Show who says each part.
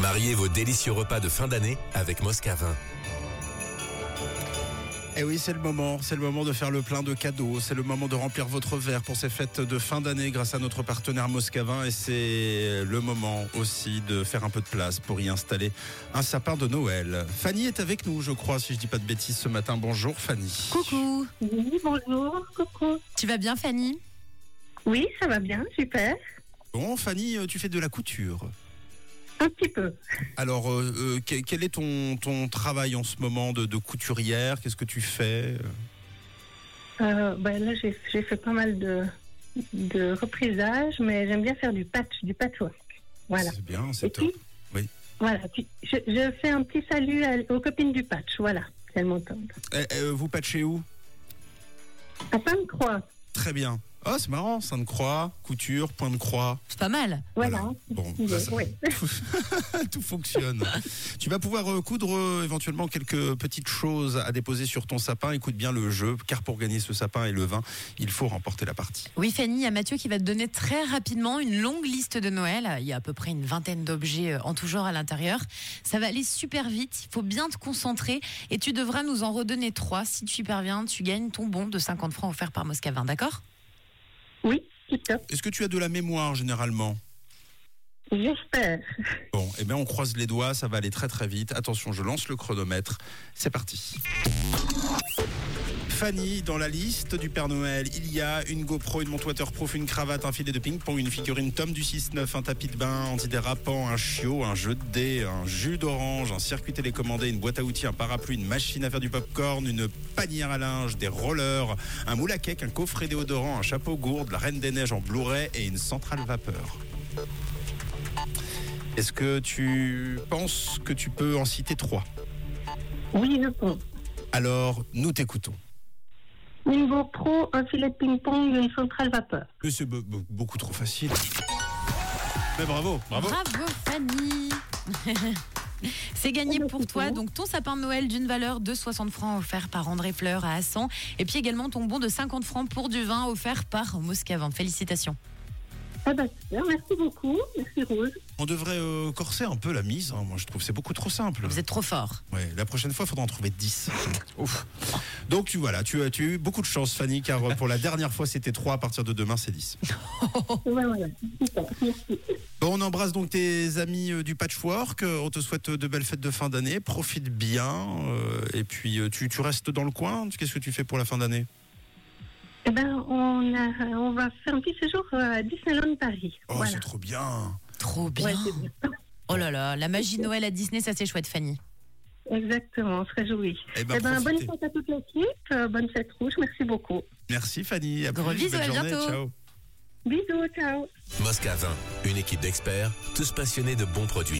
Speaker 1: Mariez vos délicieux repas de fin d'année avec Moscavin.
Speaker 2: Eh oui, c'est le moment. C'est le moment de faire le plein de cadeaux. C'est le moment de remplir votre verre pour ces fêtes de fin d'année grâce à notre partenaire Moscavin. Et c'est le moment aussi de faire un peu de place pour y installer un sapin de Noël. Fanny est avec nous, je crois, si je dis pas de bêtises ce matin. Bonjour, Fanny.
Speaker 3: Coucou,
Speaker 4: Oui, bonjour, coucou.
Speaker 3: tu vas bien Fanny
Speaker 4: Oui, ça va bien, super.
Speaker 2: Bon, Fanny, euh, tu fais de la couture.
Speaker 4: Un petit peu.
Speaker 2: Alors, euh, euh, que- quel est ton, ton travail en ce moment de, de couturière Qu'est-ce que tu fais
Speaker 4: Euh, ben là, j'ai j'ai fait pas mal de, de reprisages, mais j'aime bien faire du patch, du patchwork. Voilà.
Speaker 2: C'est bien, c'est
Speaker 4: Et
Speaker 2: top.
Speaker 4: puis,
Speaker 2: Oui.
Speaker 4: Voilà, puis je, je fais un petit salut à- aux copines du patch, voilà, si elles m'entendent.
Speaker 2: Eh, eh, vous patchez où
Speaker 4: À pas me croire,
Speaker 2: Très bien. Oh, c'est marrant, Sainte-Croix, couture, point de croix.
Speaker 3: C'est pas mal.
Speaker 4: voilà.
Speaker 2: Bon,
Speaker 4: Oui,
Speaker 2: bah, ça-
Speaker 4: oui.
Speaker 2: tout fonctionne. tu vas pouvoir euh, coudre euh, éventuellement quelques petites choses à déposer sur ton sapin. Écoute bien le jeu, car pour gagner ce sapin et le vin, il faut remporter la partie.
Speaker 3: Oui Fanny, il y a Mathieu qui va te donner très rapidement une longue liste de Noël. Il y a à peu près une vingtaine d'objets euh, en tout genre à l'intérieur. Ça va aller super vite, il faut bien te concentrer et tu devras nous en redonner trois. Si tu y parviens, tu gagnes ton bon de 50 francs offert par Moscavin, d'accord
Speaker 4: Oui, tip top,
Speaker 2: Est-ce que tu as de la mémoire généralement
Speaker 4: j'espère.
Speaker 2: Bon, eh bien on croise les doigts, ça va aller très très vite. Attention, je lance le chronomètre. C'est parti. Fanny, dans la liste du Père Noël, il y a une GoPro, une montre waterproof, une cravate, un filet de ping-pong, une figurine Tom du 6-9, un tapis de bain antidérapant, un chiot, un jeu de dés, un jus d'orange, un circuit télécommandé, une boîte à outils, un parapluie, une machine à faire du popcorn, une panière à linge, des rollers, un moule à cake, un coffret déodorant, un chapeau gourde, la reine des neiges en Blu-ray et une centrale vapeur. Est-ce que tu penses que tu peux en citer trois
Speaker 4: Oui, je pense.
Speaker 2: Alors, nous t'écoutons.
Speaker 4: Une GoPro, un filet de ping-pong, une centrale vapeur.
Speaker 2: Mais C'est be- be- beaucoup trop facile. Mais bravo, bravo.
Speaker 3: Fanny C'est gagné
Speaker 4: Oh, bah,
Speaker 3: pour
Speaker 4: c'est
Speaker 3: toi,
Speaker 4: bon.
Speaker 3: donc ton sapin de Noël d'une valeur de 60 francs offert par André Fleur à Assan et puis également ton bon de 50 francs pour du vin offert par Moscavin. Félicitations.
Speaker 4: Ah bah, super, merci beaucoup, merci Rose.
Speaker 2: On devrait euh, corser un peu la mise, hein, moi je trouve que c'est beaucoup trop simple.
Speaker 3: Vous êtes trop fort.
Speaker 2: Ouais, la prochaine fois, il faudra en trouver 10. Ouf. Donc tu voilà, tu, as- tu as eu beaucoup de chance Fanny, car euh, pour la dernière fois c'était 3, à partir de demain c'est 10. Oh.
Speaker 4: Ouais, voilà, super, merci.
Speaker 2: Bon, on embrasse donc tes amis euh, du patchwork, euh, on te souhaite euh, de belles fêtes de fin d'année, profite bien, euh, et puis euh, tu, tu restes dans le coin, qu'est-ce que tu fais pour la fin d'année
Speaker 4: Eh ben, on, a, on va faire un petit séjour euh, à Disneyland Paris.
Speaker 2: Oh,
Speaker 4: voilà.
Speaker 2: c'est trop bien.
Speaker 3: Trop bien.
Speaker 4: Ouais, c'est bien.
Speaker 3: oh là là, la magie de Noël à Disney, ça c'est chouette, Fanny.
Speaker 4: Exactement, on se réjouit.
Speaker 2: Eh ben,
Speaker 4: Eh ben, bonne
Speaker 2: profitez.
Speaker 4: fête à toute l'équipe, euh, bonne fête rouge, merci beaucoup.
Speaker 2: Merci Fanny. À
Speaker 3: Gros
Speaker 2: plus.
Speaker 3: bisous,
Speaker 2: Bonne
Speaker 3: à
Speaker 2: journée.
Speaker 3: bientôt.
Speaker 2: Ciao.
Speaker 4: Bisous, ciao.
Speaker 1: Moscavin, une équipe d'experts, tous passionnés de bons produits.